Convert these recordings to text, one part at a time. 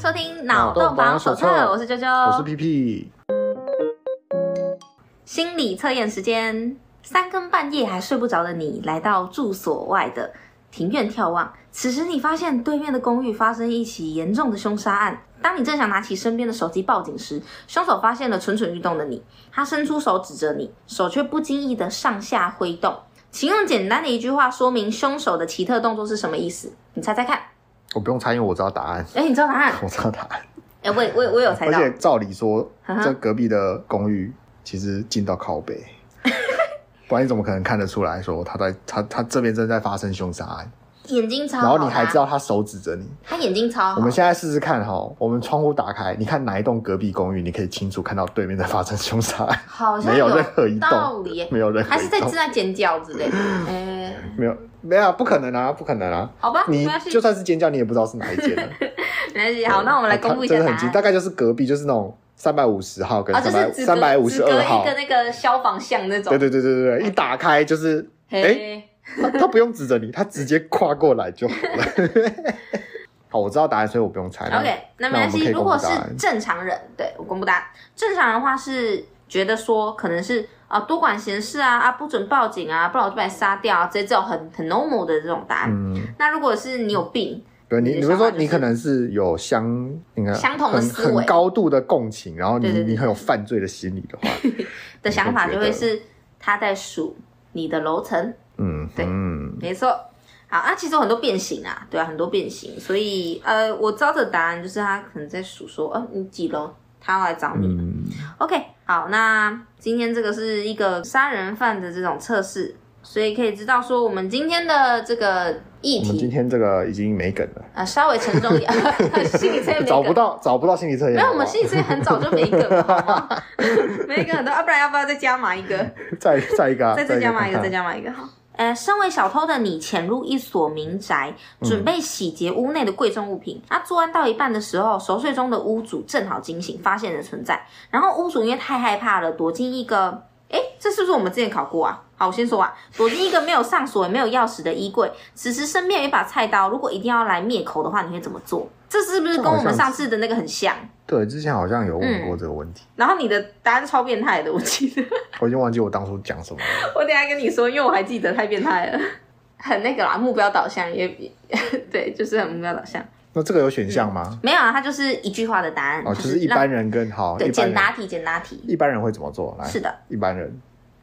收听脑洞榜手册，我是啾啾，我是屁屁。心理测验时间，三更半夜还睡不着的你，来到住所外的庭院眺望。此时你发现对面的公寓发生一起严重的凶杀案。当你正想拿起身边的手机报警时，凶手发现了蠢蠢欲动的你，他伸出手指着你，手却不经意的上下挥动。请用简单的一句话说明凶手的奇特动作是什么意思？你猜猜看。我不用猜，因为我知道答案， 哎，你知道答案？我知道答案。哎，我也我也我有猜而到。且照理说嗯，哼这隔壁的公寓其实进到靠 北，不然你怎么可能看得出来说他在他他这边正在发生凶杀案？眼睛超然好哦后的啊你还知道他手指着你。他眼睛超好。啊我们现在试试看哈，我们窗户打开，你看哪一栋隔壁公寓，你可以清楚看到对面在发生凶杀案，好像没任何一道栋，理耶，没有任何还是一在正栋，在尖叫之类的。哎，没有没有啊，不可能啊，不可能啊！好吧，没你关系，就算是尖叫，你也不知道是哪一间了。没关系。好，那我们来公布一下真的答很近，案。大概就是隔壁，就是那种三百五十号跟啊，就三百是只隔三百五只十隔二一号个。那个消防巷那种。对对对对对对，一打开就是，哎，嘿，他他不用指着你，他直接跨过来就好 了。好，我知道答案，所以我不用猜。 OK，那没那我关们系。可以如公布果是答案正常人，对我公布答案。正常人的话是觉得说，可能是啊、多管闲事啊啊不准报警啊，不然我就把你杀掉啊，这这种很很 normal 的这种答案。嗯，那如果是你有病，对你，你的你们想法说就是你可能是有相应该相同的思维很很高度的共情，然后你对对对你很有犯罪的心理的 话，的想法就你会会觉是他在数你的楼层，嗯，对嗯，没错。好，那、其实有很多变形啊，对啊，很多变形，所以呃，我知道的答案就是他可能在数说，哦，你几楼，他要来找你。嗯， OK，好，那今天这个是一个杀人犯的这种测试，所以可以知道说我们今天的这个议我们今题天这个已经没梗了，啊、呃稍微沉重 一点，心理测验没找不梗。到找不到心理测验，没有，我们好心理测验很早就没梗了，好吗？ 没梗很多，啊，不然要不要再加码一个？不好再再一个啊， 再再加码一 个，看再看加码一个，好。呃，身为小偷的你潜入一所民宅，准备洗劫屋内的贵重物品。那、啊作案到一半的时候，熟睡中的屋主正好惊醒，发现了存在。然后屋主因为太害怕了，躲进一个……哎，这是不是我们之前考过啊？好，我先说啊，躲进一个没有上锁也没有钥匙的衣柜。此时身边有一把菜刀，如果一定要来灭口的话，你会怎么做？这是不是跟我们上次的那个很像？对，之前好像有问嗯过这个问题，然后你的答案超变态的，我记得。我已经忘记我当初讲什么了。我等一下跟你说，因为我还记得太变态了， 很那个啦，目标导向也 对，就是很目标导向。那这个有选项吗？没有啊，它就是一句话的答案，哦，就就是一让般人跟好，嗯对一般简人答题，简答题一般人会怎么做？来，是的，一般人，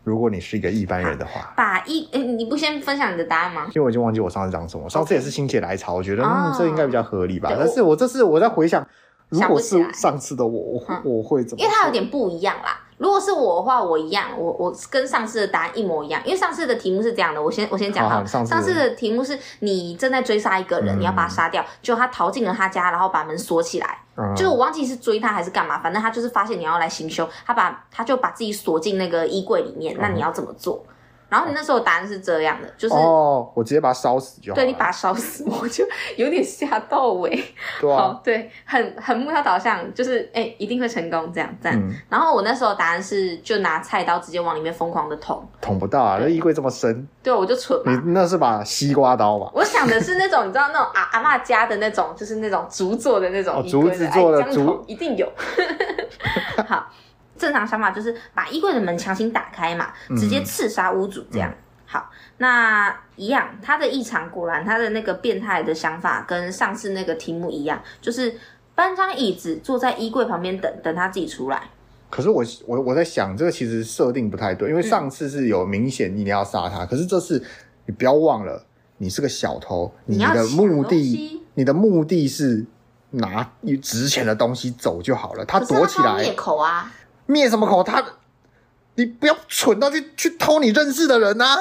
如果你是一个一般人的话，把一、诶你不先分享你的答案吗？因为我已经忘记我上次讲什么，上次也是心血来潮，我觉得哦嗯，这应该比较合理吧。对但是我这次我在回想，如想不果起来是上次的我，我嗯我会怎么因做？为它有点不一样啦。如果是我的话，我一样，我我跟上次的答案一模一样，因为上次的题目是这样的，我先我先讲好好好了。上次的上次的题目是你正在追杀一个人，嗯你要把他杀掉，结果他逃进了他家，然后把门锁起来。嗯就是我忘记是追他还是干嘛，反正他就是发现你要来行凶，他把他就把自己锁进那个衣柜里面，那你要怎么做？然后你那时候答案是这样的，就是、嗯哦，我直接把它烧死就好了。对你把他烧死， 我就有点吓到喂、对啊，好，对，很很目标导向，就是哎、一定会成功这样这样。嗯，然后我那时候答案是就拿菜刀直接往里面疯狂的捅，捅不到啊，那衣柜这么深，对我就蠢你嘛。那是把西瓜刀吧？我想的是那种，你知道那种阿阿嬷家的那种，就是那种竹做的那种哦衣柜竹子做的哎这样竹头一定有。 好，正常想法就是把衣柜的门强行打开嘛，嗯直接刺杀屋主这样。好，那一样，他的异常果然他的那个变态的想法跟上次那个题目一样，就是搬张椅子坐在衣柜旁边等等他自己出来。可是我我我在想，这个其实设定不太对，因嗯为上次是有明显你要杀他，可是这次你不要忘了，你是个小偷，你你要的目抢东西的，你的目的是拿值钱的东西走就好了。他可是躲起他灭来口啊！灭什么口？他你不要蠢到去去偷你认识的人啊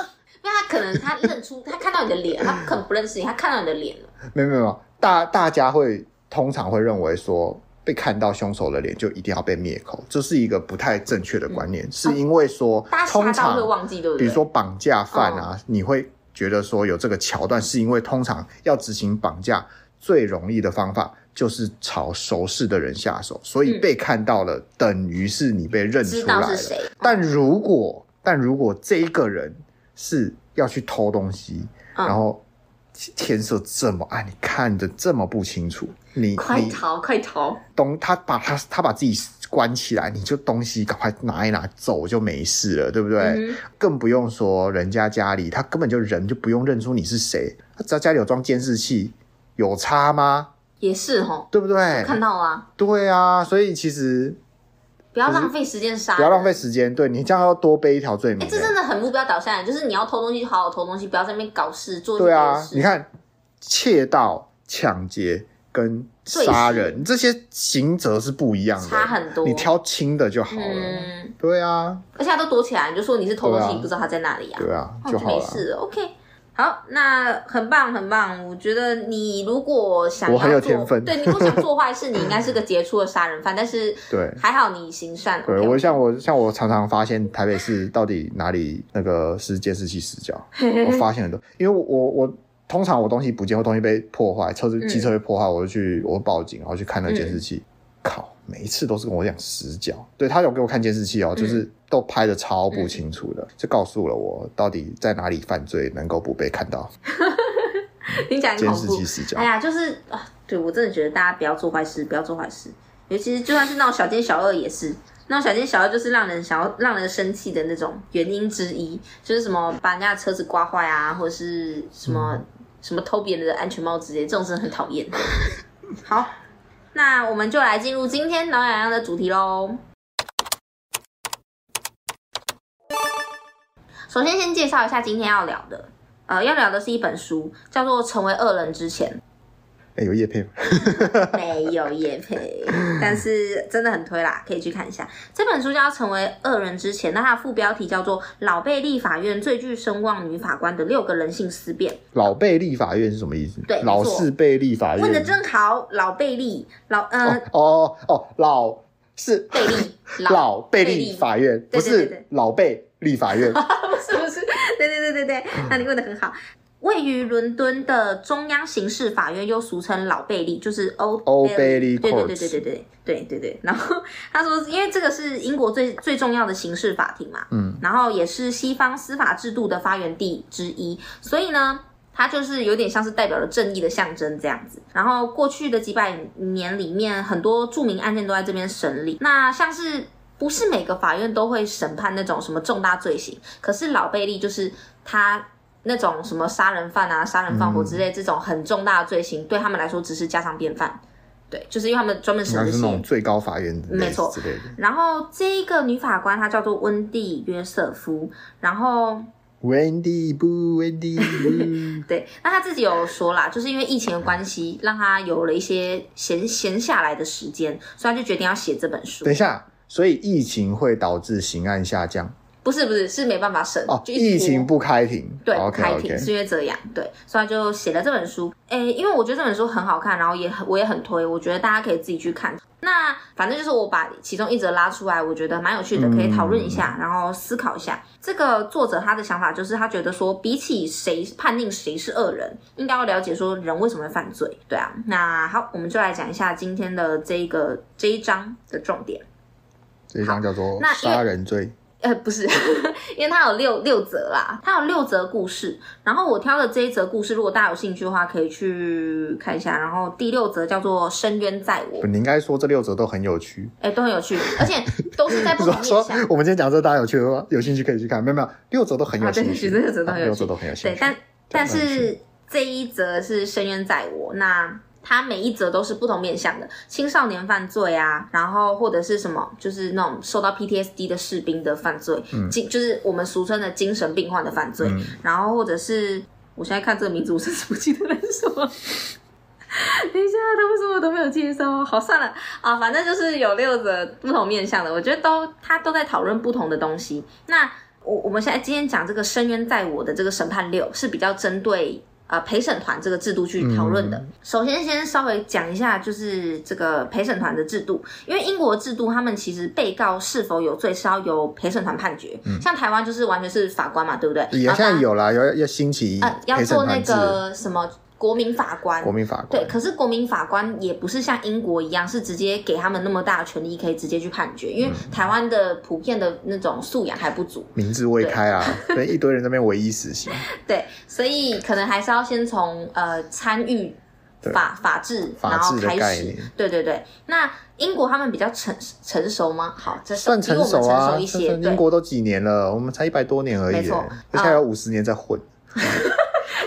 因呐、为他可能他认出他看到你的脸，他可能不认识你，他看到你的脸了。没有没有没有，大大家会通常会认为说。被看到凶手的脸就一定要被灭口，这是一个不太正确的观念，是因为说嗯哦大家通吓到常会忘记，对不对？嗯比如说绑架犯啊，你会觉得说有这个桥段，是因为通常要执行绑架最容易的方法就是朝熟识的人下手，所以嗯被看到了，等于是你被认出知道来是。了谁，嗯但如果但如果这一个人是要去偷东西，嗯然后天色这么哎暗，你看得这么不清楚，你快你逃，快逃！东他把他他把自己关起来，你就东西赶快拿一拿走就没事了，对不对？嗯更不用说人家家里，他根本就人就不用认出你是谁，他只要家里有装监视器，有差吗？也是哦，对不对？看到啊，对啊，所以其实不要浪费时间杀，不要浪费。时间，对你这样要多背一条罪哎、名、欸这真的很目标导向欸，就是你要偷东西就好好偷东西，不要在那边搞事做对这啊些，事你看窃盗、抢劫跟杀人这些刑责是不一样的，差很多。你挑轻的就好了。嗯，对啊，而且他都躲起来，你就说你是偷东西，对啊你不知道他在哪里啊，对啊，哦就没好了。事了，OK。好，那很棒很棒，我觉得你如果想要我很有做天分对你如果想做坏事，你应该是个杰出的杀人犯，但是对还好你行善。对 OK，我像我像我常常发现台北市到底哪里那个是监视器死角，我发现很多，因为我我我通常我东西不见或东西被破坏，车子嗯机车被破坏，我就去我报警，然后去看那监视器。靠，每一次都是跟我讲死角，对他有给我看监视器哦，就是都拍的超不清楚的，就告诉了我到底在哪里犯罪能够不被看到你讲很监恐视怖器。死角哎。呀，就是啊，对我真的觉得大家不要做坏事，不要做坏事，尤其是就算是那种小奸小恶也是。那种小奸小恶就是让人想要让人生气的那种原因之一，就是什么把人家的车子刮坏啊，或者是什么、什么偷别人的安全帽之类，这种真的很讨厌。 好，那我们就来进入今天挠痒痒的主题喽。首先，先介绍一下今天要聊的，呃，要聊的是一本书，叫做《成为恶人之前》。哎、有叶片， 没有夜配，但是真的很推啦，可以去看一下。这本书叫《成为恶人之前》，那它的副标题叫做《老贝利法院最具声望女法官的六个人性思辨》。老贝利法院是什么意思？对没错老是贝利法院。问的真好，老贝利，老嗯、呃，哦哦哦，老是贝利，老贝贝利利法院，对不对对是对老贝利法院。不 是不是，对对对对对，嗯那你问的很好。位于伦敦的中央刑事法院，又俗称老贝利，就是 Old Old Bailey 对对 Courts 对对对对对对对。然后他说，因为这个是英国最最重要的刑事法庭嘛，嗯，然后也是西方司法制度的发源地之一，所以呢。它就是有点像是代表了正义的象征这样子。然后过去的几百年里面，很多著名案件都在这边审理。那像是不是每个法院都会审判那种什么重大罪行，可是老贝利就是他那种什么杀人犯啊、杀人放火之类这种很重大的罪行，对他们来说只是家常便饭。对，就是因为他们专门应审该这是那种些。最高法院没错之类的。然后这一个女法官她叫做温蒂约瑟夫，然后 Wendy 不 Wendy 不，对，那他自己有说啦，就是因为疫情的关系，让他有了一些闲闲下来的时间，所以他就决定要写这本书等一。下，所以疫情会导致刑案下降不是不是，是没办法审哦，就一直疫情拖不开庭，对不 o k 开 o 庭 k 是因为这样，对，所以他就写了这本书。诶，因为我觉得这本书很好看，然后也很我也很推，我觉得大家可以自己去看。那反正就是我把其中一则拉出来，我觉得蛮有趣的，可以讨论一下，然后思考一下。这个作者他的想法就是，他觉得说，比起谁判定谁是恶人，应该要了解说人为什么会犯罪。对啊，那好，我们就来讲一下今天的这一个这一章的重点。这一张叫做那因为杀人罪，呃，不是， 因为它有六六则啦，它有六则故事。然后我挑的这一则故事，如果大家有兴趣的话，可以去看一下。然后第六则叫做《深渊在我》不，你应该说这六则都很有趣。哎，都很有趣，而且都是在不说同 面说向。，我们今天讲这，大家有趣的话，有兴趣可以去看。没有没有，六则都很有啊对兴趣，六则都啊很有六趣则都很有兴对趣，。但但很有是这一则是《深渊在我》，那它每一则都是不同面向的，青少年犯罪啊，然后或者是什么，就是那种受到 PTSD 的士兵的犯罪，精、就是我们俗称的精神病患的犯罪，嗯然后或者是我现在看这个名字，我甚至不记得在什么。 等一下，他为什么我都没有介绍？好，算了啊，反正就是有六个不同面向的，我觉得都他都在讨论不同的东西。那我我们现在今天讲这个“深渊在我”的这个审判六是比较针对呃陪审团这个制度去讨论的。嗯首先，先稍微讲一下就是这个陪审团的制度，因为英国制度他们其实被告是否有罪是要由陪审团判决，像台湾就是完全是法官嘛，对不对？嗯也然后现在大家有啦，有要星期一呃，要陪审做那团制个什么国民法官国。民法官对，可是国民法官也不是像英国一样，是直接给他们那么大的权利，可以直接去判决，因为嗯台湾的普遍的那种素养还不足，民智未开啊，跟一堆人在那边唯一死刑，对，所以可能还是要先从呃参与对法法治，法然后治的开概始念，对对对。那英国他们比较成成熟吗？好，这是算比成我们熟啊。成熟一些，成英对。国都几年了，我们才一百多年而已没错耶，而且还有五十年在混。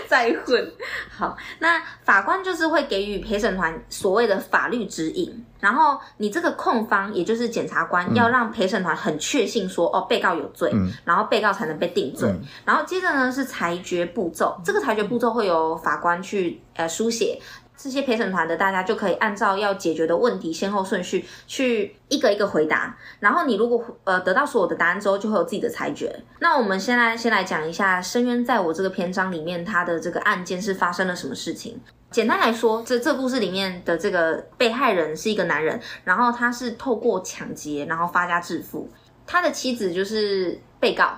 再混。好，那法官就是会给予陪审团所谓的法律指引，然后你这个控方，也就是检察官，要让陪审团很确信说，哦，被告有罪，嗯然后被告才能被定罪。嗯然后接着呢是裁决步骤，这个裁决步骤会由法官去呃书写。这些陪审团的大家就可以按照要解决的问题先后顺序去一个一个回答，然后你如果呃得到所有的答案之后，就会有自己的裁决。那我们先来先来讲一下《深渊在我》这个篇章里面，它的这个案件是发生了什么事情。简单来说，这这故事里面的这个被害人是一个男人，然后他是透过抢劫然后发家致富，他的妻子就是被告。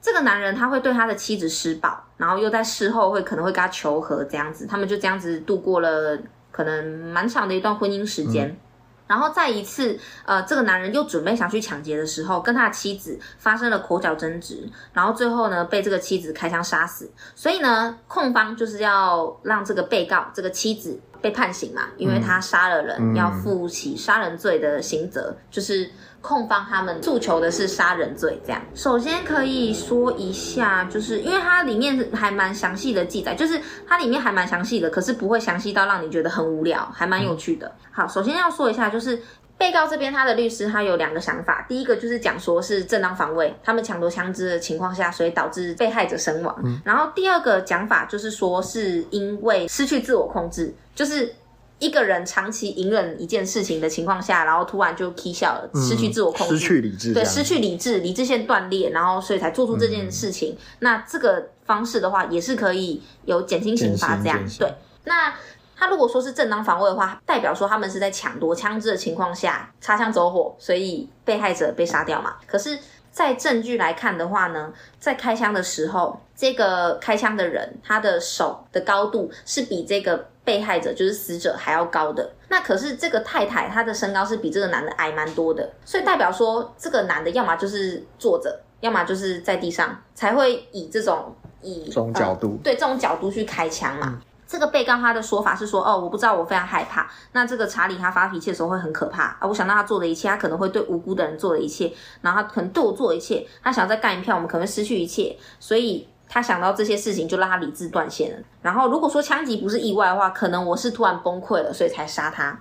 这个男人他会对他的妻子施暴，然后又在事后会可能会跟他求和，这样子，他们就这样子度过了可能蛮长的一段婚姻时间。然后在一次，呃，这个男人又准备想去抢劫的时候，跟他的妻子发生了口角争执，然后最后呢被这个妻子开枪杀死。所以呢，控方就是要让这个被告这个妻子被判刑嘛，因为他杀了人，嗯要负起杀人罪的刑责，就是。控方他们诉求的是杀人罪，这样。首先可以说一下，就是因为它里面还蛮详细的记载，就是它里面还蛮详细的，可是不会详细到让你觉得很无聊，还蛮有趣的。嗯好，首先要说一下，就是被告这边他的律师他有两个想法，第一个就是讲说是正当防卫，他们抢夺枪支的情况下，所以导致被害者身亡。然后第二个讲法就是说是因为失去自我控制，就是。一个人长期隐忍一件事情的情况下，然后突然就 k 笑了，失去自我控制，嗯失去理智，对，失。去理智，理智线断裂，然后所以才做出这件事情。嗯那这个方式的话，也是可以有减轻刑罚减这刑样减。刑对，那他如果说是正当防卫的话，代表说他们是在抢夺枪支的情况下擦枪走火，所以被害者被杀掉嘛。可是，在证据来看的话呢，在开枪的时候，这个开枪的人他的手的高度是比这个被害者就是死者还要高的。那可是这个太太她的身高是比这个男的矮蛮多的，所以代表说这个男的要么就是坐着，要么就是在地上，才会以这种以这种角度呃对这种角度去开枪嘛。这个被告他的说法是说，哦，我不知道，我非常害怕。那这个查理他发脾气的时候会很可怕啊！我想到他做的一切，他可能会对无辜的人做的一切，然后他可能对我做的一切，他想要再干一票，我们可能会失去一切，所以他想到这些事情就让他理智断线了。然后如果说枪击不是意外的话，可能我是突然崩溃了，所以才杀他。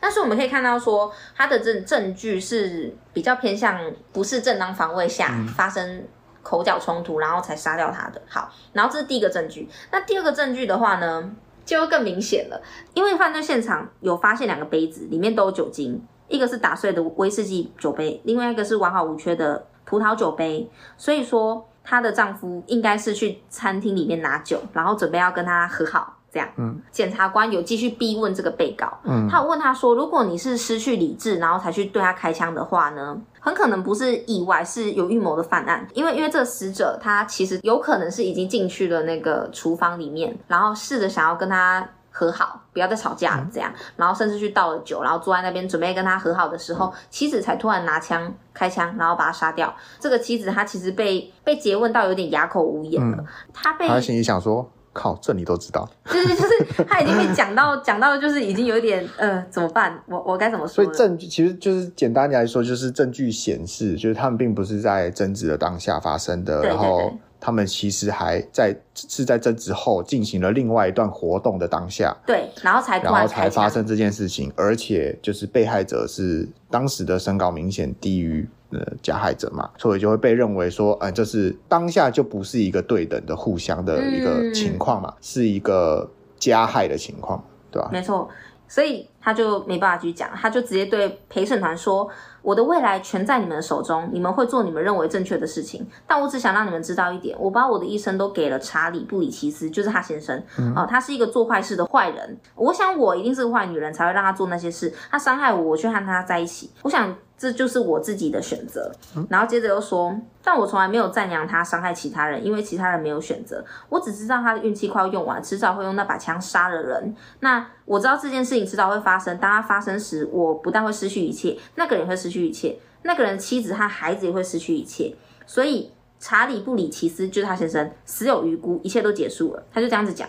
但是我们可以看到说，他的证证据是比较偏向不是正当防卫下发生口角冲突，然后才杀掉他的。好，然后这是第一个证据。那第二个证据的话呢，就更明显了，因为犯罪现场有发现两个杯子，里面都有酒精，一个是打碎的威士忌酒杯，另外一个是完好无缺的葡萄酒杯，所以说她的丈夫应该是去餐厅里面拿酒，然后准备要跟她和好。这样，嗯，检察官有继续逼问这个被告，嗯他有问他说，如果你是失去理智，然后才去对他开枪的话呢，很可能不是意外，是有预谋的犯案。因为因为这个死者他其实有可能是已经进去了那个厨房里面，然后试着想要跟他。和好，不要再吵架了，这样，然后甚至去倒了酒，然后坐在那边准备跟他和好的时候，妻子才突然拿枪开枪，然后把他杀掉。这个妻子她其实被被诘问到有点哑口无言了，她被嗯他心里想说：“靠，这你都知道。就是就是他已经被讲到讲到，就是已经有点呃，怎么办？我我该怎么”所说以呢？证据其实就是简单来说，就是证据显示，就是他们并不是在争执的当下发生的，对对然后对他们其实还在是在争执后进行了另外一段活动的当下，对，然后才突然后开才枪发，生这件事情，而且就是被害者是当时的身高明显低于呃加害者嘛，所以就会被认为说，呃，这是当下就不是一个对等的互相的一个嗯情况嘛，是一个加害的情况，对吧？没错。所以他就没办法继续讲，他就直接对陪审团说：“我的未来全在你们的手中，你们会做你们认为正确的事情。但我只想让你们知道一点，我把我的一生都给了查理·布里奇斯，就是他先生。哦、他是一个做坏事的坏人。我想我一定是个坏女人才会让他做那些事。他伤害我，我却和他在一起。我想这就是我自己的选择。然后接着又说，但我从来没有赞扬他伤害其他人，因为其他人没有选择。我只知道他的运气快要用完，迟早会用那把枪杀了人。那我知道这件事情迟早会发生，当它发生时，我不但会失去一切，那个人也会失去一切，那个人的妻子和孩子也会失去一切。所以查理布里奇斯就是他先生，死有余辜，一切都结束了。他就这样子讲。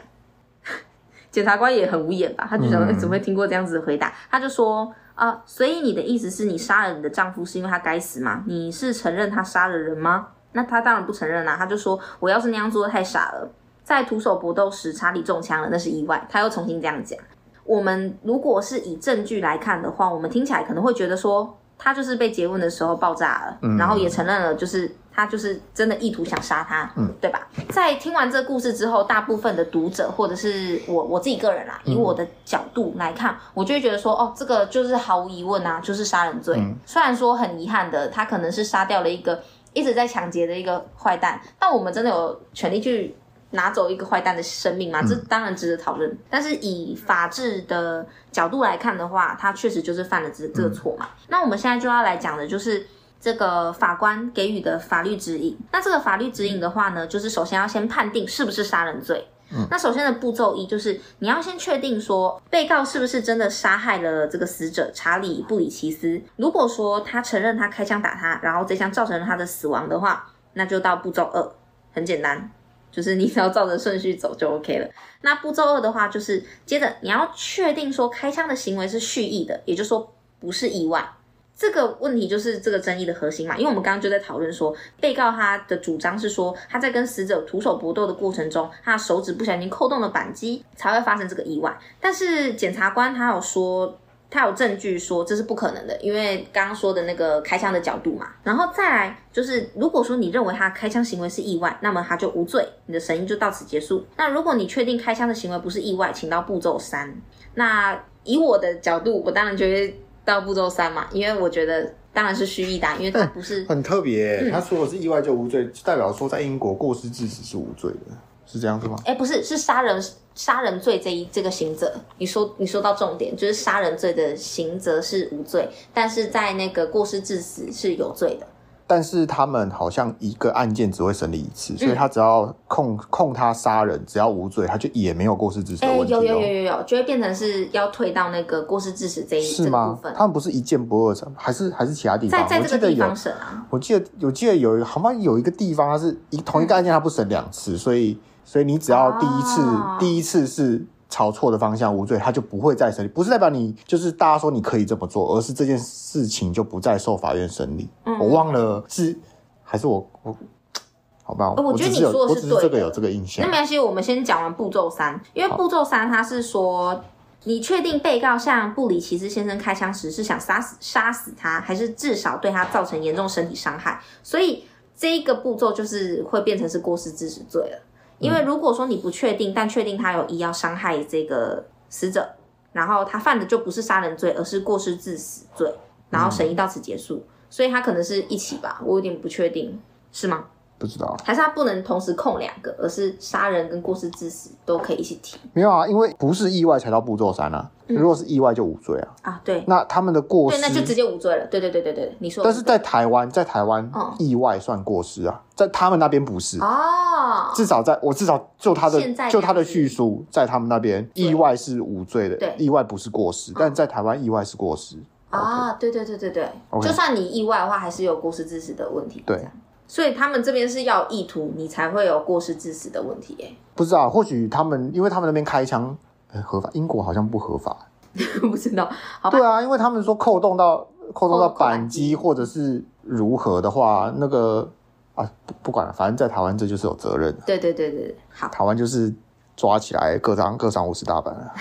检察官也很无言吧，他就想说、嗯诶怎么会听过这样子的回答？他就说啊、所以你的意思是你杀了你的丈夫是因为他该死吗？你是承认他杀了人吗？那他当然不承认啦、他就说我要是那样做太傻了。在徒手搏斗时，查理中枪了，那是意外。他又重新这样讲。我们如果是以证据来看的话，我们听起来可能会觉得说他就是被诘问的时候爆炸了，嗯然后也承认了，就是他就是真的意图想杀他，嗯，对吧？在听完这故事之后，大部分的读者或者是我我自己个人啦，嗯以我的角度来看，我就会觉得说，哦，这个就是毫无疑问啊，就是杀人罪。嗯虽然说很遗憾的，他可能是杀掉了一个一直在抢劫的一个坏蛋，但我们真的有权利去拿走一个坏蛋的生命吗？这当然值得讨论。但是以法治的角度来看的话，他确实就是犯了这这个错嘛。那我们现在就要来讲的就是。这个法官给予的法律指引，那这个法律指引的话呢，就是首先要先判定是不是杀人罪。那首先的步骤一就是你要先确定说被告是不是真的杀害了这个死者查理布里奇斯。如果说他承认他开枪打他，然后这枪造成了他的死亡的话，那就到步骤二，很简单，就是你只要照着顺序走就 OK 了。 那步骤二的话，就是接着你要确定说开枪的行为是蓄意的，也就是说不是意外。这个问题就是这个争议的核心嘛，因为我们刚刚就在讨论说，被告他的主张是说，他在跟死者徒手搏斗的过程中，他的手指不小心扣动了扳机，才会发生这个意外。但是检察官他有说，他有证据说这是不可能的，因为刚刚说的那个开枪的角度嘛。然后再来就是，如果说你认为他开枪行为是意外，那么他就无罪，你的审议就到此结束。那如果你确定开枪的行为不是意外，请到步骤三。那以我的角度，我当然觉得到步骤三嘛，因为我觉得当然是蓄意的啊，因为他不是很特别、嗯他说的是意外就无罪，就代表说在英国过失致死是无罪的，是这样子吗？哎，不是，是杀人杀人罪这一这个刑责。你说你说到重点，就是杀人罪的刑责是无罪，但是在那个过失致死是有罪的。但是他们好像一个案件只会审理一次，嗯所以他只要控控他杀人，只要无罪，他就也没有过失致死的哎，问题、有哦。有有有有，就会变成是要退到那个过失致死这一这是个部吗分？，他们不是一件不二审，还是还是其他地在方？在我这记个得地有方，审啊，我记得有记得有一个好像有一个地方，它是一同一个案件，它不审两次，所以所以你只要第一次、哦第一次是朝错的方向无罪，他就不会再审理。不是代表你就是大家说你可以这么做，而是这件事情就不再受法院审理。嗯我忘了是还是我我。好吧，呃我觉得只你有说的我是只是对这个的有这个印那象没。关系，我们先讲完步骤三，因为步骤三它是说，你确定被告向布里奇斯先生开枪时是想杀死杀死他，还是至少对他造成严重身体伤害？所以这一个步骤就是会变成是过失致死罪了。因为如果说你不确定，但确定他有意要伤害这个死者，然后他犯的就不是杀人罪，而是过失致死罪，然后审议到此结束，所以他可能是一起吧，我有点不确定，是吗？不知道，还是他不能同时控两个，而是杀人跟过失致死都可以一起提没有啊，因为不是意外才到步骤三啊。如果是意外就无罪啊。啊？对，那他们的过嗯对失，，那就直接无罪了。对对对对对，你说的但是在台湾，在台湾、嗯意外算过失啊，在他们那边不是。哦，至少在我至少就他的现在就他的这样子叙述，在他们那边对意外是无罪对嗯的，意外不是过失，但在台湾意外是过失。啊，对对对对对 OK 就算你意外的话，还是有过失致死的问题。对这样，所以他们这边是要有意图，你才会有过失致死的问题、欸。 不知道，或许他们因为他们那边开枪、呃合法，英国好像不合法。不知道，好吧对啊，因为他们说扣动到扣动扣到哦扣扳扳机机或者是如何的话，那个啊不不管了，反正在台湾这就是有责任的，对对对对对，好，台湾就是抓起来各张各张五十大板啊，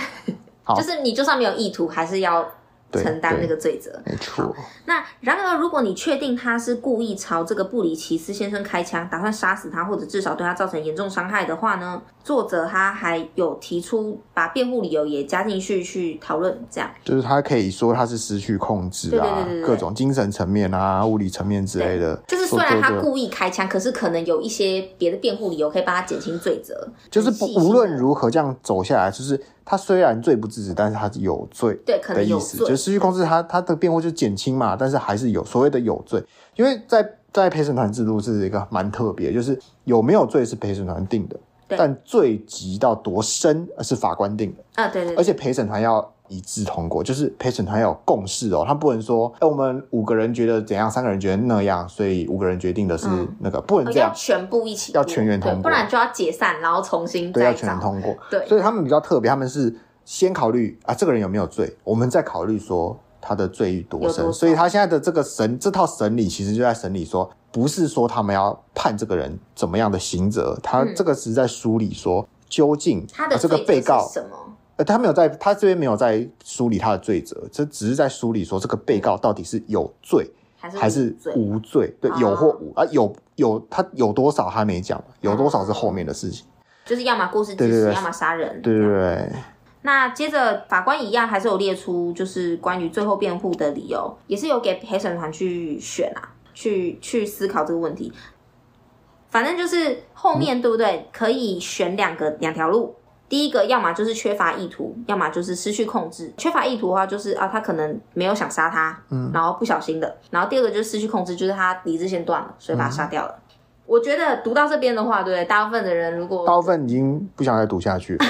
好就是你就算没有意图，还是要对承担对那个罪责。没错。那然而，如果你确定他是故意朝这个布里奇斯先生开枪，打算杀死他，或者至少对他造成严重伤害的话呢？作者他还有提出把辩护理由也加进去去讨论，这样就是他可以说他是失去控制对啊，对对对对各种精神层面啊、物理层面之类的，就是就是虽然他故意开枪，可是可能有一些别的辩护理由可以帮他减轻罪责。就是很不细心无论如何这样走下来，就是他虽然罪不至死，但是他有罪对可的能意有思，罪就是失去控制他他的辩护就减轻嘛，但是还是有所谓的有罪，因为在在陪审团制度是一个蛮特别，就是有没有罪是陪审团定的，对但罪及到多深呃是法官定的。啊，对对而对，且陪审团要一致通过，就是陪审团要有共识哦，他不能说，哎、我们五个人觉得怎样，三个人觉得那样，所以五个人决定的是嗯那个，不能呃这要样，全部一起要过全员通对过不然就要解散，然后重新对，要再全找员。通过。对所以他们比较特别，他们是先考虑啊，这个人有没有罪，我们再考虑说他的罪与多有深。多所以重他现在的这个审这套审理，其实就在审理说，不是说他们要判这个人怎么样的刑责，他嗯这个是在梳理说。究竟他的啊这个罪责被是告什么？呃，他没有在，他这边没有在梳理他的罪责，这只是在梳理说这个被告到底是有罪还是还是无罪无罪，对，哦有或无啊，有有他有多少他没讲，有多少是后面的事情，就是要么过失对致对死，对要么杀人。对对对，那接着，法官一样还是有列出，就是关于最后辩护的理由，也是有给陪审团去选啊，去去思考这个问题。反正就是后面对不对？可以选两个两条路。第一个，要么就是缺乏意图，要么就是失去控制。缺乏意图的话，就是啊，他可能没有想杀他，嗯然后不小心的。然后第二个就是失去控制，就是他理智线断了，所以把他杀掉了。我觉得读到这边的话，对不对？大部分的人如果大部分已经不想再读 下去了，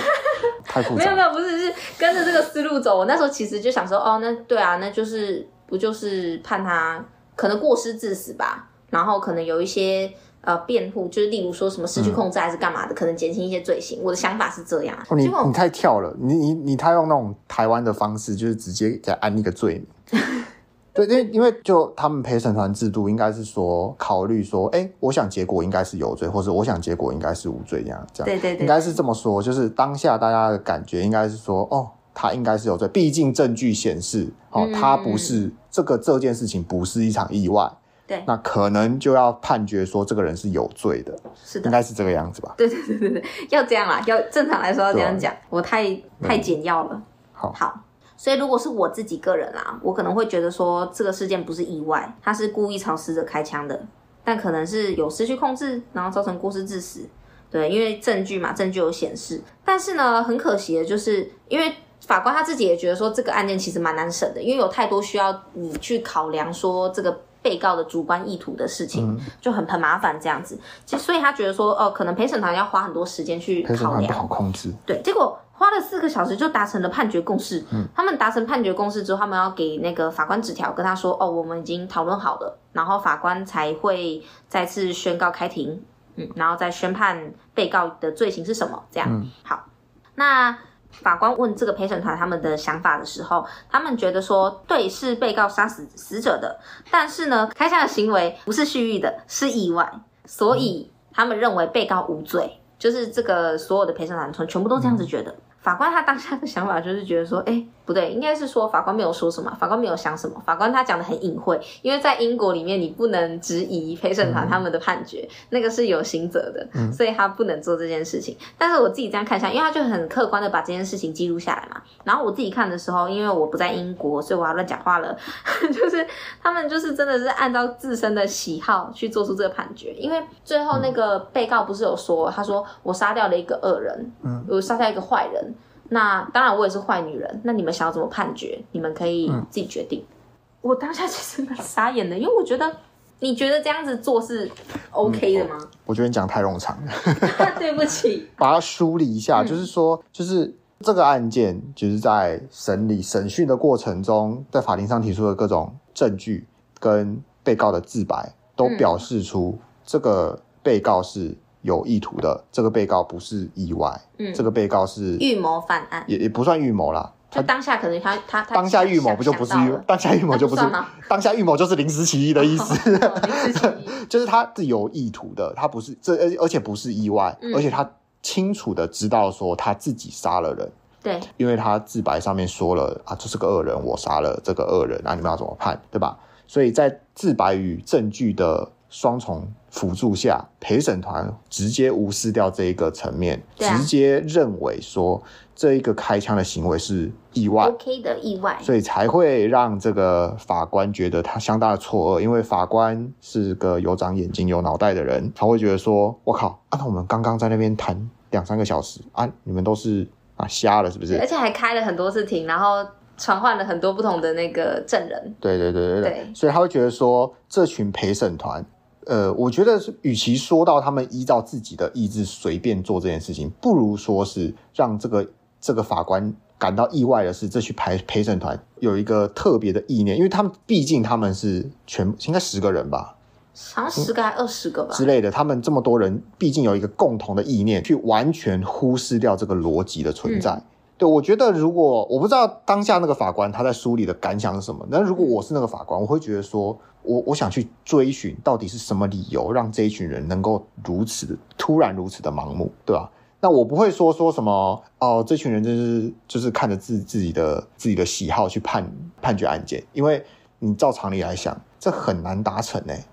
太复没杂有没了。有，不是是跟着这个思路走。我那时候其实就想说，哦，那对啊，那就是不就是判他可能过失致死吧，然后可能有一些呃辩护，就是例如说什么失去控制还是干嘛的，可能减轻一些罪行。我的想法是这样，哦、你结果你太跳了，你你你太用那种台湾的方式，就是直接给他安一个罪名。 对，因为因为就他们陪审团制度，应该是说考虑说，哎、我想结果应该是有罪，或者我想结果应该是无罪这样这样。对对应对，该是这么说，就是当下大家的感觉应该是说，哦，他应该是有罪，毕竟证据显示，哦嗯，他不是这个这件事情不是一场意外，对那可能就要判决说这个人是有罪的，是应的，该是这个样子吧？啊对对 对对对，要这样啦，要正常来说要这样讲，我太太简要了。嗯好好。所以，如果是我自己个人啦，我可能会觉得说这个事件不是意外，他是故意朝死者开枪的，但可能是有失去控制，然后造成过失致死。对，因为证据嘛，证据有显示。但是呢，很可惜的就是，因为法官他自己也觉得说这个案件其实蛮难审的，因为有太多需要你去考量说这个被告的主观意图的事情，嗯就很很麻烦这样子。其实所以他觉得说，哦、可能陪审团要花很多时间去陪审考团不量。好控制，对，结果花了四个小时就达成了判决共识。他们达成判决共识之后，他们要给那个法官纸条，跟他说：“哦，我们已经讨论好了。”然后法官才会再次宣告开庭，嗯，然后再宣判被告的罪行是什么。这样，嗯好，那。法官问这个陪审团他们的想法的时候，他们觉得说，对，是被告杀死死者的，但是呢，开枪的行为不是蓄意的，是意外，所以他们认为被告无罪。就是这个所有的陪审团全全部都这样子觉得。法官他当下的想法就是觉得说，哎、不对，应该是说法官没有说什么，法官没有想什么，法官他讲的很隐晦，因为在英国里面你不能质疑陪审团他们的判决，那个是有刑责的，嗯所以他不能做这件事情。但是我自己这样看一下，因为他就很客观的把这件事情记录下来嘛。然后我自己看的时候，因为我不在英国，所以我要乱讲话了， 就是他们就是真的是按照自身的喜好去做出这个判决，因为最后那个被告不是有说，他说我杀掉了一个恶人，嗯，我杀掉一个坏人，那当然我也是坏女人，那你们想要怎么判决，你们可以嗯自己决定。我当下其实蛮傻眼的，因为我觉得你觉得这样子做嗯是 OK 的吗？我觉得你讲太冗长了， 对不起，把它梳理一下，嗯就是说，就是。这个案件就是在审理审讯的过程中，在法庭上提出的各种证据跟被告的自白，都嗯表示出这个被告是有意图的，这个被告不是意外，嗯，这个被告是预谋犯案，也也不算预谋啦。就他当下可能他他他当下预谋不就不是想预到了，啊当下预谋就不是那不算吗当下预谋就是临时起意的意思，哦临时起意就是他是有意图的，他不是这而而且不是意外，嗯而且他清楚的知道说他自己杀了人，对，因为他自白上面说了啊，这是个恶人，我杀了这个恶人，啊，你们要怎么判，对吧？所以在自白与证据的双重辅助下，陪审团直接无视掉这一个层面，对啊直接认为说这一个开枪的行为是意外。 OK 的意外，所以才会让这个法官觉得他相当的错愕，因为法官是个有长眼睛、有脑袋的人，他会觉得说：“我靠，啊，那我们刚刚在那边谈两三个小时啊，你们都是啊瞎了是不是而且还开了很多次庭，然后传唤了很多不同的那个证人。？”对对对对对所以他会觉得说，这群陪审团，呃，我觉得是与其说到他们依照自己的意志随便做这件事情，不如说是让这个这个法官感到意外的是，这群陪陪审团有一个特别的意念，因为他们毕竟他们是全应该十个人吧，好像十个还二十个吧之。类的，他们这么多人，毕竟有一个共同的意念，去完全忽视掉这个逻辑的存在。对，我觉得如果我不知道当下那个法官他在书里的感想是什么，但如果我是那个法官，我会觉得说，我我想去追寻到底是什么理由让这一群人能够如此的突然如此的盲目，对吧、那我不会说说什么哦，这群人就是就是看着自自己的自己的喜好去判判决案件，因为你照常理来想，这很难达成诶、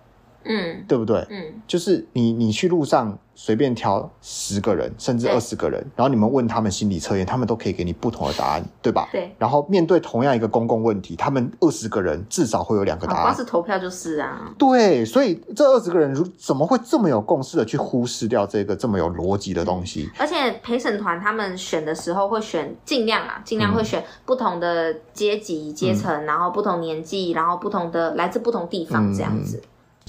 嗯对不对？嗯，就是你你去路上随便挑十个人，甚至对二十个人，然后你们问他们心理测验，他们都可以给你不同的答案，对吧？对。然后面对同样一个公共问题，他们二十个人至少会有两个答好，光案。是投票就是啊。对，所以这二十个人如怎么会这么有共识的去忽视掉这个这么有逻辑的东西？而且陪审团他们选的时候会选尽量啊，尽量会选不同的阶级、阶嗯层，然后不同年纪，然后不同的来自不同地方这样嗯子。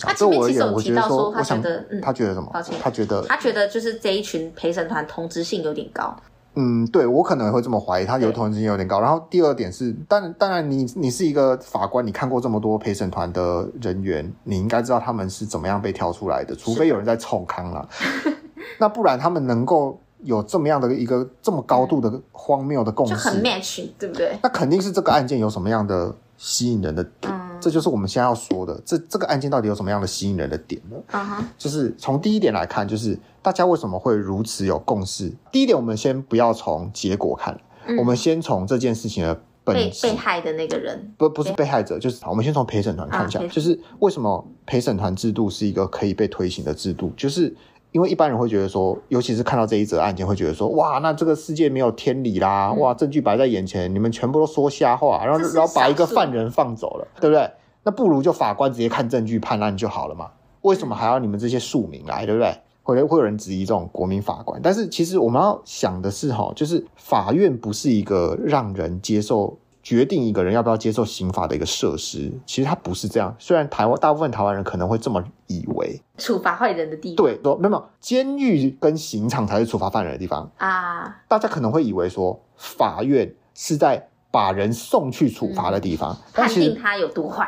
那前这面我而其实言，有我提觉得到说，说我他想觉得嗯他觉得什么抱歉？他觉得他觉得就是这一群陪审团同质性有点高，嗯，对我可能会这么怀疑，他有对同情心有点高。然后第二点是，当当然你你是一个法官，你看过这么多陪审团的人员，你应该知道他们是怎么样被挑出来的，除非有人在冲康啦， 那不然他们能够有这么样的一个这么高度的荒谬的共就很识， match，对不对？那肯定是这个案件有什么样的吸引人的点，嗯这就是我们现在要说的，这这个案件到底有什么样的吸引人的点呢？嗯哼，就是从第一点来看，就是大家为什么会如此有共识？第一点，我们先不要从结果看，嗯我们先从这件事情的被本质被，害的那个人，不不是被害者，就是我们先从陪审团看一下，啊陪就是为什么陪审团制度是一个可以被推行的制度，就是。因为一般人会觉得说，尤其是看到这一则案件，会觉得说，哇，那这个世界没有天理啦，嗯哇，证据摆在眼前，你们全部都说瞎话，然后这是然后把一个少数犯人放走了，对不对？那不如就法官直接看证据判案就好了嘛。为嗯什么还要你们这些庶民来，对不对？会会有人质疑这种国民法官，但是其实我们要想的是，哈，就是法院不是一个让人接受决定一个人要不要接受刑法的一个设施，其实它不是这样。虽然台湾大部分台湾人可能会这么以为，处罚坏人的地方对，说没有没有，监狱跟刑场才是处罚犯人的地方，啊，大家可能会以为说法院是在把人送去处罚的地方，但判其实定他有多坏，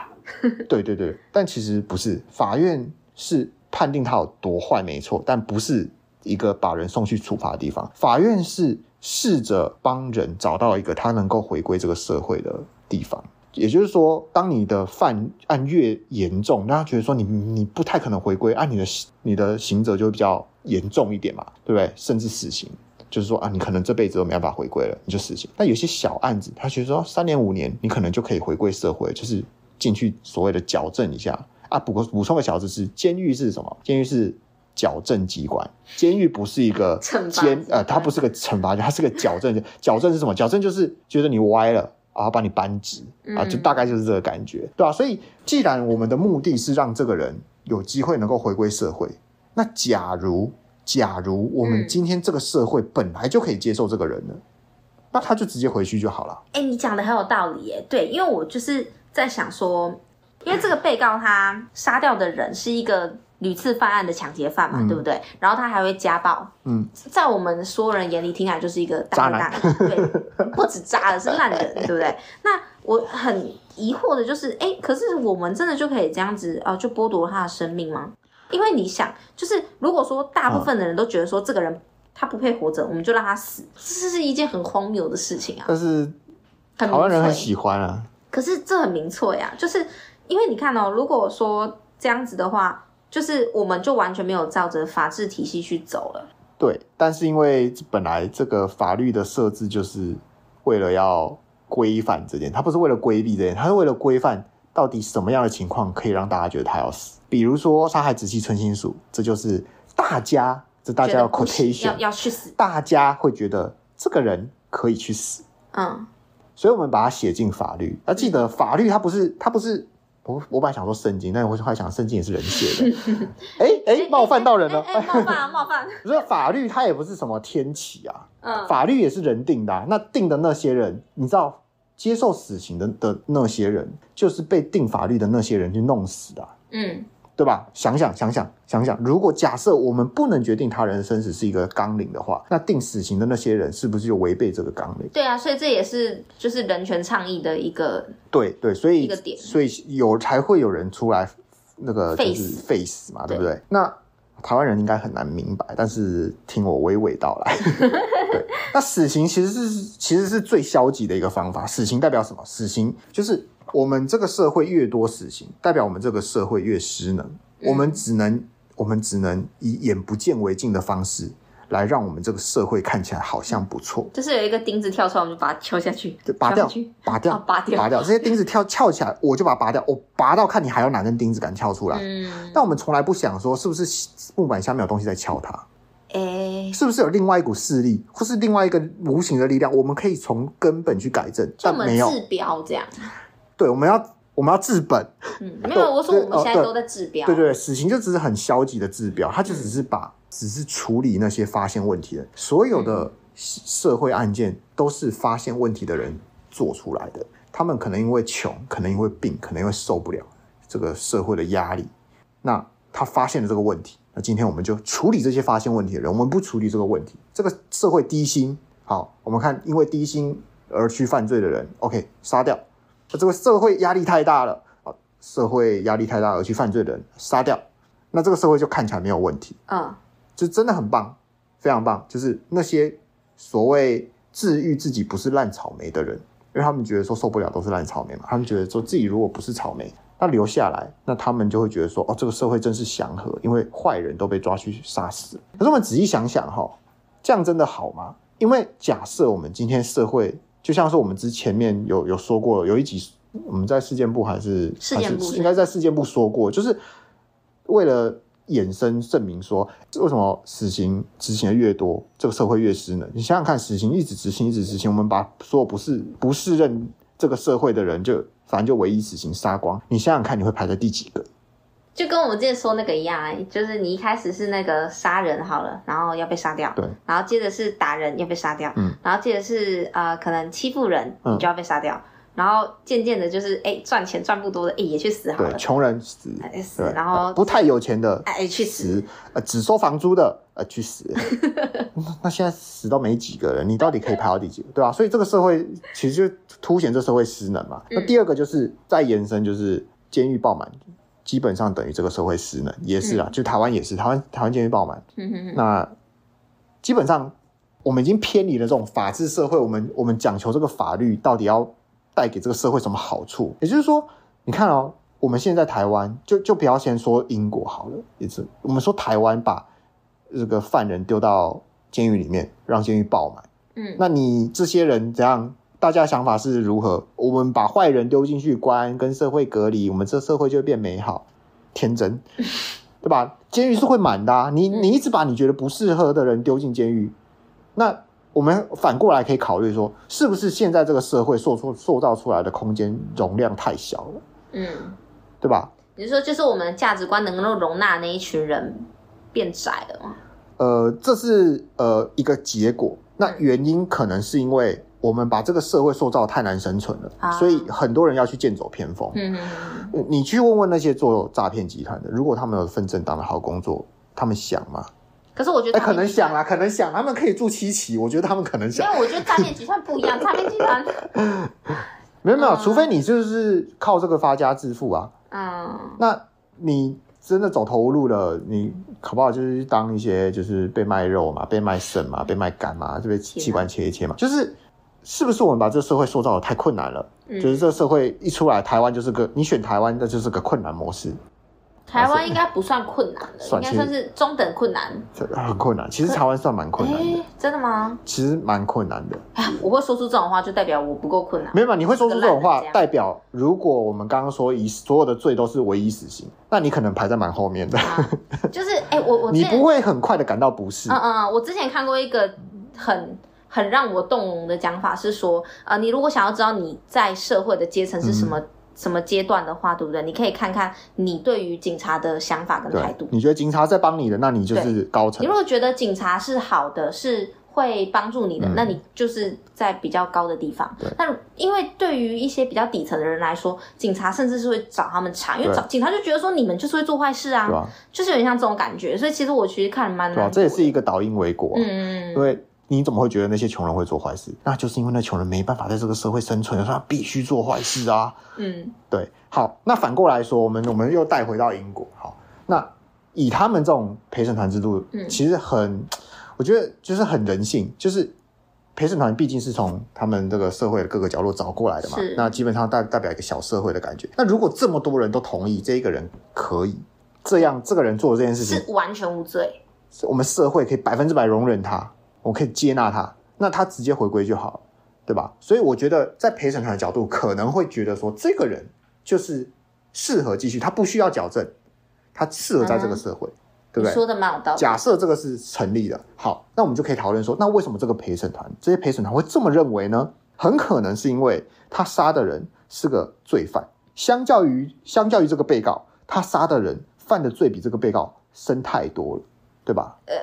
对对对，但其实不是，法院是判定他有多坏没错，但不是一个把人送去处罚的地方。法院是试着帮人找到一个他能够回归这个社会的地方。也就是说，当你的犯案越严重，让他觉得说你你不太可能回归，啊，你的你的刑责就会比较严重一点嘛，对不对？甚至死刑，就是说啊，你可能这辈子都没办法回归了，你就死刑。但有些小案子，他觉得说三年五年，你可能就可以回归社会，就是进去所谓的矫正一下啊。补个补充个小知识，监狱是什么？监狱是矫正机关，监狱不是一个惩罚监机呃，关它不是个惩罚，它是个矫正。 矫正是什么？矫正就是觉得你歪了。然后把你扳直啊，嗯就大概就是这个感觉，对吧、啊所以，既然我们的目的是让这个人有机会能够回归社会，那假如假如我们嗯今天这个社会本来就可以接受这个人了，那他就直接回去就好了。哎、你讲的很有道理耶。对，因为我就是在想说，因为这个被告他杀掉的人是一个屡次犯案的抢劫犯嘛，嗯对不对？然后他还会家暴，嗯，在我们所有人眼里听起来就是一个大烂蛋，对，不止渣了，是烂人，对不对？那我很疑惑的就是，哎、可是我们真的就可以这样子啊、呃就剥夺了他的生命吗？因为你想，就是如果说大部分的人都觉得说这个人他不配活着，我们就让他死，这是一件很荒谬的事情啊，但是很台湾人民很粹喜欢啊，可是这很明错呀，就是因为你看哦，如果说这样子的话，就是我们就完全没有照着法治体系去走了。对。但是因为本来这个法律的设置就是为了要规范这件，它不是为了规避这件，它是为了规范到底什么样的情况可以让大家觉得他要死？比如说杀害直系村亲属，这就是大家，这大家觉得要不行要 quotation，要去死，大家会觉得这个人可以去死，嗯所以我们把它写进法律。要记得，法律它不是它不是。我我本来想说圣经，但我后来想圣经也是人 写的，哎哎、冒犯到人了。哎、哎哎冒犯啊， 冒犯，我说法律它也不是什么天启啊，嗯，法律也是人定的、啊。那定的那些人，你知道接受死刑的的那些人，就是被定法律的那些人去弄死的啊、嗯对吧？想想想想想想，如果假设我们不能决定他人的生死是一个纲领的话，那定死刑的那些人是不是就违背这个纲领？对啊，所以这也是就是人权倡议的一个，对对，所一以个点所以有才会有人出来那个就是 Face face 嘛，对对不对？那台湾人应该很难明白，但是听我娓娓道来。对， 那死刑其实是其实是最消极的一个方法。死刑代表什么？死刑就是我们这个社会越多死刑，代表我们这个社会越失能，嗯我们只能我们只能以眼不见为净的方式。来让我们这个社会看起来好像不错，就是有一个钉子跳出来，我们就把它敲下去对，拔敲掉下去，拔掉哦，拔掉，拔掉这些钉子跳翘起来，我就把它拔掉。我拔到看你还有哪根钉子敢翘出来。嗯，但我们从来不想说是不是木板下面有东西在敲它，哎、是不是有另外一股势力，或是另外一个无形的力量，我们可以从根本去改正，就我但们没有。治标这样，对，我们要我们要治本。嗯，没有，我说我们哦现在对都在治标，对对对，死刑就只是很消极的治标，它就只是把只是处理那些发现问题的人，所有的社社会案件都是发现问题的人做出来的。他们可能因为穷，可能因为病，可能因为受不了这个社会的压力，那他发现了这个问题，那今天我们就处理这些发现问题的人，我们不处理这个问题。这个社会低薪，好，我们看因为低薪而去犯罪的人，OK，杀掉。那这个社会压力太大了，啊，社会压力太大而去犯罪的人，杀掉。那这个社会就看起来没有问题，嗯，就真的很棒，非常棒。就是那些所谓治愈自己不是烂草莓的人，因为他们觉得说受不了都是烂草莓嘛，他们觉得说自己如果不是草莓，那留下来，那他们就会觉得说，哦，这个社会真是祥和，因为坏人都被抓去杀死了。可是我们仔细想想哈，这样真的好吗？因为假设我们今天社会，就像是我们之前面有有说过，有一集我们在事件部还是事件部还是应该在事件部说过，就是为了衍生证明说，为什么死刑执行的越多，这个社会越失能？你想想看，死刑一直执行，一直执行，我们把所有不是不适任这个社会的人就反正就唯一死刑杀光，你想想看，你会排在第几个？就跟我们之前说那个一样、哎，就是你一开始是那个杀人好了，然后要被杀掉，对，然后接着是打人要被杀掉，嗯，然后接着是呃可能欺负人，嗯你就要被杀掉，然后渐渐的就是哎赚钱赚不多的，哎也去死好对，了，穷人死，哎死，对，然后呃不太有钱的哎哎去死，死，呃，只收房租的，呃，去死。 那那现在死都没几个人，你到底可以排到第几个，对啊吧、所以这个社会其实就凸显这社会失能嘛。嗯那第二个就是再延伸，就是监狱爆满，基本上等于这个社会失能，也是啊，就台湾也是，台湾台湾监狱爆满，嗯哼哼，那基本上我们已经偏离了这种法治社会，我们我们讲求这个法律到底要带给这个社会什么好处？也就是说，你看哦，我们现在台湾就就不要先说英国好了，也是我们说台湾把这个犯人丢到监狱里面，让监狱爆满。嗯，那你这些人怎样？大家想法是如何？我们把坏人丢进去关，跟社会隔离，我们这社会就会变美好。天真，对吧？监狱是会满的、啊，你嗯你一直把你觉得不适合的人丢进监狱，那我们反过来可以考虑说，是不是现在这个社会塑塑塑造出来的空间容量太小了，嗯，对吧？你是说就是我们的价值观能够容纳那一群人变窄了吗？呃，这是呃一个结果。那原因可能是因为我们把这个社会塑造得太难生存了，啊所以很多人要去剑走偏锋。嗯哼哼呃你去问问那些做诈骗集团的，如果他们有份正当的好工作，他们想吗？可是我觉得哎、诈可骗能集团想啦，可能想，他们可以住七期，我觉得他们可能没想。有，我觉得诈骗集团不一样，诈骗集团，没有没有，嗯除非你就是靠这个发家致富啊。嗯那你真的走投无路了，你好不好就是当一些就是被卖肉嘛，被卖肾嘛，被卖肝嘛，这边器官切一切嘛，就是是不是我们把这个社会塑造的太困难了？嗯，就是这个社会一出来，台湾就是个你选台湾，那就是个困难模式。台湾应该不算困难的，应算该其实算是中等困难。这很困难。其实台湾算蛮困难的，诶真的吗？其实蛮困难的。哎呀，我会说出这种话，就代表我不够困难。没有，你会说出这种这个话烂人，家代表如果我们刚刚说以所有的罪都是唯一死刑，那你可能排在蛮后面的，啊，就是哎、我我之你前不会很快的感到不适嗯。嗯，我之前看过一个很很让我动容的讲法是说，呃，你如果想要知道你在社会的阶层嗯是什么、什么阶段的话，对不对？你可以看看你对于警察的想法跟态对嗯度，。你觉得警察在帮你的，那你就是高层你如。果觉得警察是好的，是会帮助你的，嗯那你就是在比较高的地方对。那因为对于一些比较底层的人来说，警察甚至是会找他们查，因为对找警察就觉得说你们就是会做坏事啊，对吧？就是有点像这种感觉。所以其实我其实看得蛮对吧？难这过的，也是一个倒因为果啊，嗯，因为你怎么会觉得那些穷人会做坏事？那就是因为那穷人没办法在这个社会生存，所以他必须做坏事啊。嗯对，好，那反过来说，我们我们又带回到英国，好，那以他们这种陪审团制度，嗯其实很，我觉得就是很人性，就是陪审团毕竟是从他们这个社会的各个角落找过来的嘛是，那基本上代代表一个小社会的感觉。那如果这么多人都同意这一个人可以这样，这个人做的这件事情，是完全无罪。我们社会可以百分之百容忍他，我可以接纳他，那他直接回归就好了，对吧？所以我觉得在陪审团的角度，可能会觉得说这个人就是适合继续，他不需要矫正，他适合在这个社会，嗯对不你对？说的蛮有道理。假设这个是成立的，好，那我们就可以讨论说，那为什么这个陪审团这些陪审团会这么认为呢？很可能是因为他杀的人是个罪犯，相较于相较于这个被告，他杀的人犯的罪比这个被告深太多了，对吧？呃，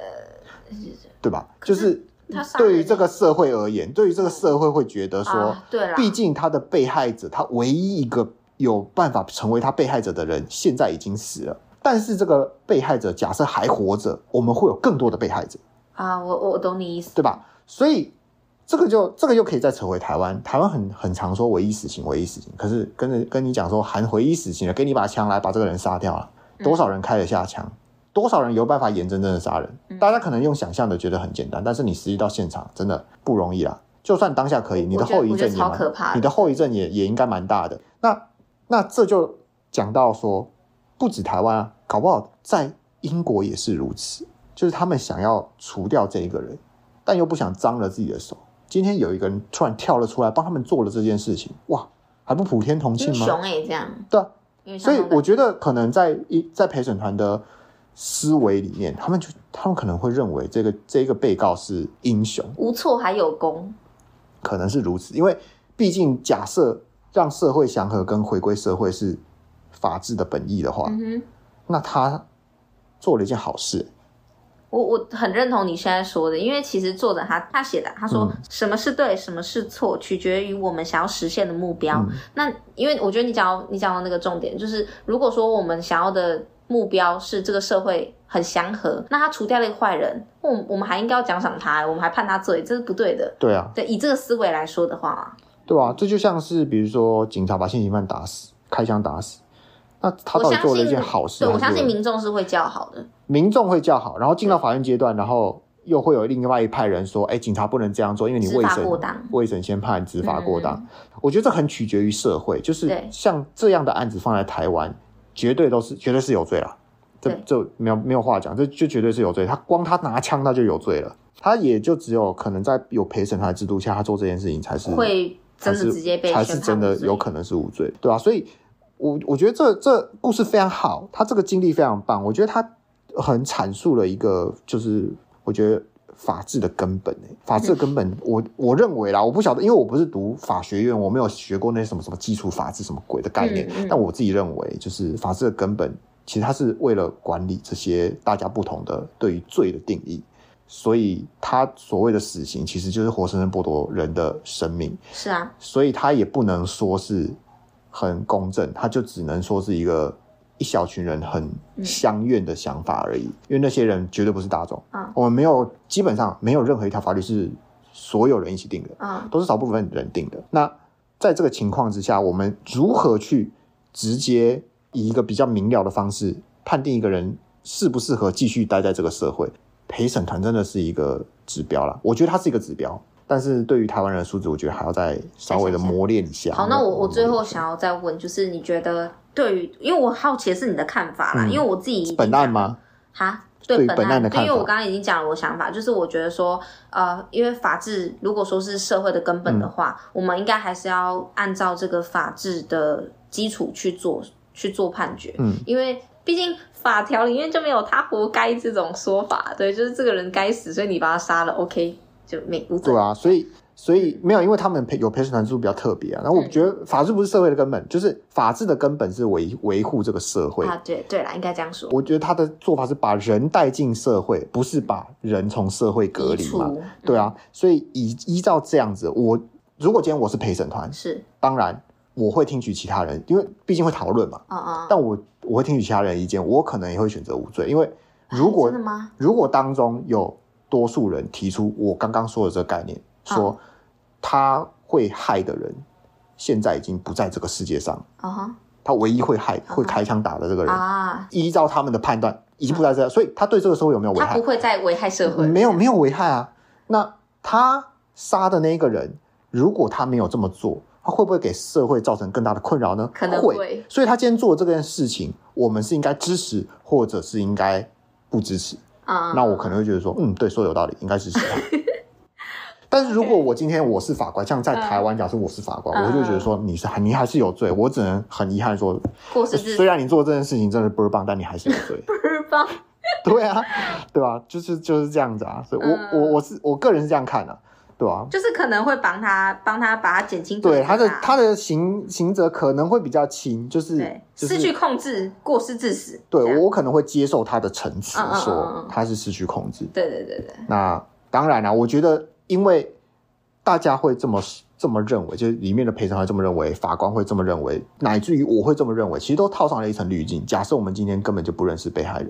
对吧？可就是是他杀对于人嗯这个社会而言，对于这个社会会觉得说啊，对啦，毕竟他的被害者，他唯一一个有办法成为他被害者的人，现在已经死了。但是这个被害者假设还活着，我们会有更多的被害者，啊，我我我懂你意思。对吧？所以这个就这个又可以再扯回台湾，台湾很很常说唯一死刑，唯一死刑。可是跟着跟你讲说含唯一死刑了，给你一把枪来把这个人杀掉了，嗯多少人开得下枪？多少人有办法眼睁睁的杀人？嗯大家可能用想象的觉得很简单，但是你实际到现场真的不容易啦。就算当下可以，我你的我觉得后遗我觉得症也超蛮可怕的你的后遗症也也应该蛮大的。那那这就讲到说，不止台湾啊，搞不好在英国也是如此，就是他们想要除掉这一个人，但又不想脏了自己的手。今天有一个人突然跳了出来，帮他们做了这件事情，哇，还不普天同庆英吗？雄哎、这样。对啊，因为所以像那个我觉得可能在一在陪审团的思维里面，他们就他们可能会认为这个这个被告是英雄，无错还有功，可能是如此，因为毕竟假设让社会祥和跟回归社会是法治的本意的话，嗯哼，那他做了一件好事，我我很认同你现在说的，因为其实作者他他写的，他说、嗯什么是对，什么是错，取决于我们想要实现的目标。嗯那因为我觉得你讲到你讲到那个重点，就是如果说我们想要的目标是这个社会很祥和，那他除掉了一个坏人，我们我们还应该要奖赏他、我们还判他罪，这是不对的。对啊，对，以这个思维来说的话，啊对吧、这就像是比如说警察把现行犯打死，开枪打死，那他我到底相做了一信，件好事对还是我相有？信民众是会叫好的。民众会叫好，然后进到法院阶段，然后又会有另外一派人说：“哎，警察不能这样做，因为你执未法审过当未审先判，执法过当。我觉得这很取决于社会，就是嗯对像这样的案子放在台湾，绝对都是绝对是有罪了，这对这没有没有话讲，这就绝对是有罪。他光他拿枪他就有罪了，他也就只有可能在有陪审团的制度下，他做这件事情才是会真才的是直接被才宣判是真的无罪有可能是无罪，对吧、啊所以我我觉得这这故事非常好，他这个经历非常棒，我觉得他很阐述了一个就是我觉得。法治的根本、欸，法治的根本，我我认为啦，我不晓得，因为我不是读法学院，我没有学过那些什么什么基础法治什么鬼的概念。嗯嗯但我自己认为，就是法治的根本，其实它是为了管理这些大家不同的对于罪的定义，所以它所谓的死刑，其实就是活生生剥夺人的生命。是啊，所以他也不能说是很公正，他就只能说是一个一小群人很嗯相怨的想法而已。因为那些人绝对不是大众，嗯我们没有基本上没有任何一条法律是所有人一起定的，嗯，都是少部分人定的。那在这个情况之下，我们如何去直接以一个比较明了的方式判定一个人适不适合继续待在这个社会？陪审团真的是一个指标啦，我觉得它是一个指标，但是对于台湾人的素质，我觉得还要再稍微的磨练一下。嗯好，那我我最后磨练一下想要再问，就是你觉得对于，因为我好奇的是你的看法啦，嗯因为我自己已经本案讲吗？哈，对对本本案的对因为看法我刚刚已经讲了我想法，就是我觉得说，呃，因为法治如果说是社会的根本的话，嗯我们应该还是要按照这个法治的基础去做去做判决，嗯，因为毕竟法条里面就没有他活该这种说法，对，就是这个人该死，所以你把他杀了，OK，就没无罪对，啊，所以所以没有，因为他们陪有陪审团制度比较特别啊。然后我嗯觉得法治不是社会的根本，就是法治的根本是维维护这个社会。啊，对对啦，应该这样说，我觉得他的做法是把人带进社会，不是把人从社会隔移离除嘛？对啊，所以依依照这样子，我如果今天我是陪审团，嗯是，当然我会听取其他人，因为毕竟会讨论嘛。嗯嗯，但我我会听取其他人的意见，我可能也会选择无罪，因为如果啊真的吗？如果当中有多数人提出我刚刚说的这个概念，嗯说他会害的人现在已经不在这个世界上，啊哈他唯一会害嗯会开枪打的这个人，啊，依照他们的判断已经不在这，所以他对这个社会有没有危嗯他害不？会再危害社会，没有没有危害啊。那他杀的那一个人，如果他没有这么做，他会不会给社会造成更大的困扰呢？可能会。会所以他今天做的这件事情，我们是应该支持，或者是应该不支持。啊，那我可能会觉得说，嗯，对，说得有道理，应该支 持他。但是如果我今天我是法官，像在台湾，假设我是法官，嗯我就觉得说你是你还是有罪，我只能很遗憾说，过失致虽然你做这件事情真的倍儿棒，但你还是有罪。日吧， 对啊，对吧、就是就是这样子啊，所以我、嗯我我是我个人是这样看的、对吧、就是可能会帮他帮他把它减轻啊对他他的他的刑刑责可能会比较轻，就是对就失是去控制，过失致死，对这样我我可能会接受他的陈词嗯嗯嗯，嗯说嗯他是失去控制。对对对对，那当然啦、我觉得因为大家会这么这么认为，就是里面的陪审团会这么认为，法官会这么认为，乃至于我会这么认为，其实都套上了一层滤镜。假设我们今天根本就不认识被害人，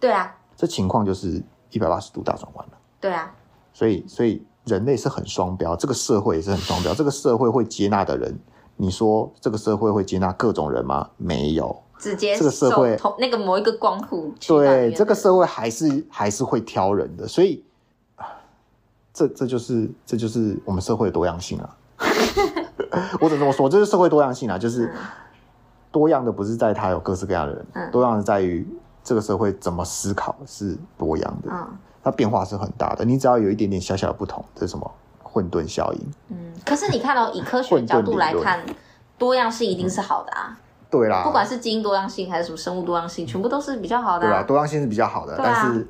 对啊这情况就是一百八十度大转弯了。对啊，所以，所以人类是很双标，这个社会也是很双标，这个社会会接纳的人。你说这个社会会接纳各种人吗？没有，直接这个社会受同那个某一个光谱取代里面对，的这个社会还是还是会挑人的，所以啊这这就是这就是我们社会的多样性 啊。我只能这么说，这是社会多样性啊，就是多样的不是在它有各式各样的人，嗯多样的在于这个社会怎么思考是多样的，嗯它变化是很大的。你只要有一点点小小的不同，这是什么混沌效应？嗯，可是你看到、以科学混沌角度来理论嗯看，多样性一定是好的啊，对啦，不管是基因多样性还是什么生物多样性，全部都是比较好的对啦，啊。多样性是比较好的，对啊但是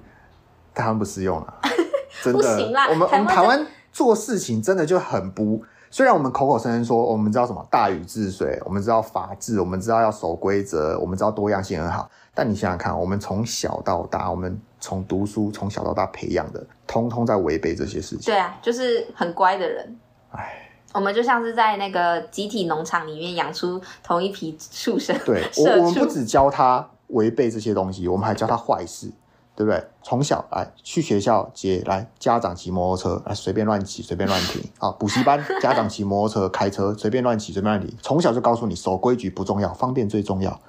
台湾不适用啊， 真的。不行啦我们我台湾们台湾做事情真的就很不，虽然我们口口声声说我们知道什么大禹治水，我们知道法治，我们知道要守规则，我们知道多样性很好，但你想想看，我们从小到大，我们从读书从小到大培养的，通通在违背这些事情。对啊，就是很乖的人。唉，我们就像是在那个集体农场里面养出同一批畜生，对 社我，我们畜不只教他违背这些东西，我们还教他坏事，对不对？从小来去学校接来，家长骑摩托车来随便乱骑，随便乱停啊！补习班家长骑摩托车开车随便乱骑，随便乱停，从小就告诉你守规矩不重要，方便最重要，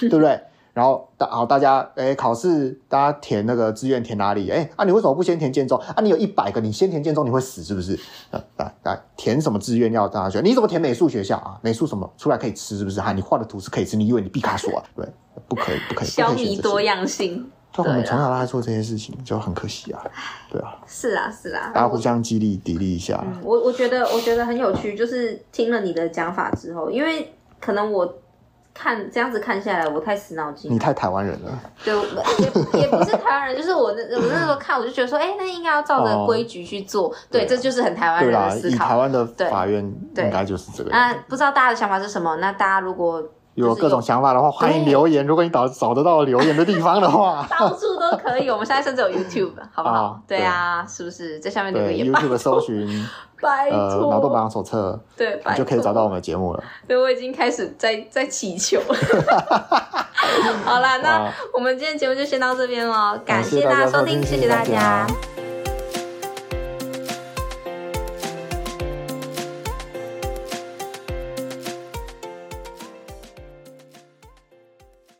对不对？然后大好，大家哎，考试大家填那个志愿填哪里？哎啊，你为什么不先填建中？啊，你有一百个，你先填建中你会死是不是？啊来来，填什么志愿要大家学？你怎么填美术学校啊？美术什么出来可以吃是不是？啊哈、你画的图是可以吃，你以为你毕卡索啊？对，不可以，不可以，不消可以选弭择多性。样性。对，我们对啊从小到大做这些事情就很可惜啊。对啊，是啊，是啊，大家我互相激励砥砺一下。嗯，我我觉得我觉得很有趣，就是听了你的讲法之后，因为可能我看这样子看下来，我太死脑筋你了，太台湾人了，对，我也也不是台湾人，就是我那我那时候看，我就觉得说，哎、那应该要照着哦规矩去做，对，对啊这就是很台湾对人的啦，思以台考。湾的对法院对啊应该就是这个样子。那不知道大家的想法是什么？那大家如 果，有各种想法的话，欢迎留言。如果你找找得到留言的地方的话到处都可以，我们现在甚至有 YouTube，好不好？啊对啊，是不是？在下面留个对言吧， YouTube 搜寻拜呃《脑托，洞榜手册对，》，你拜就可以找到托我们的节目了。对，我已经开始在在祈求。好啦，那啊 我们今天节目就先到这边了，感感谢谢大家大家收收听，听谢谢谢谢大大家家。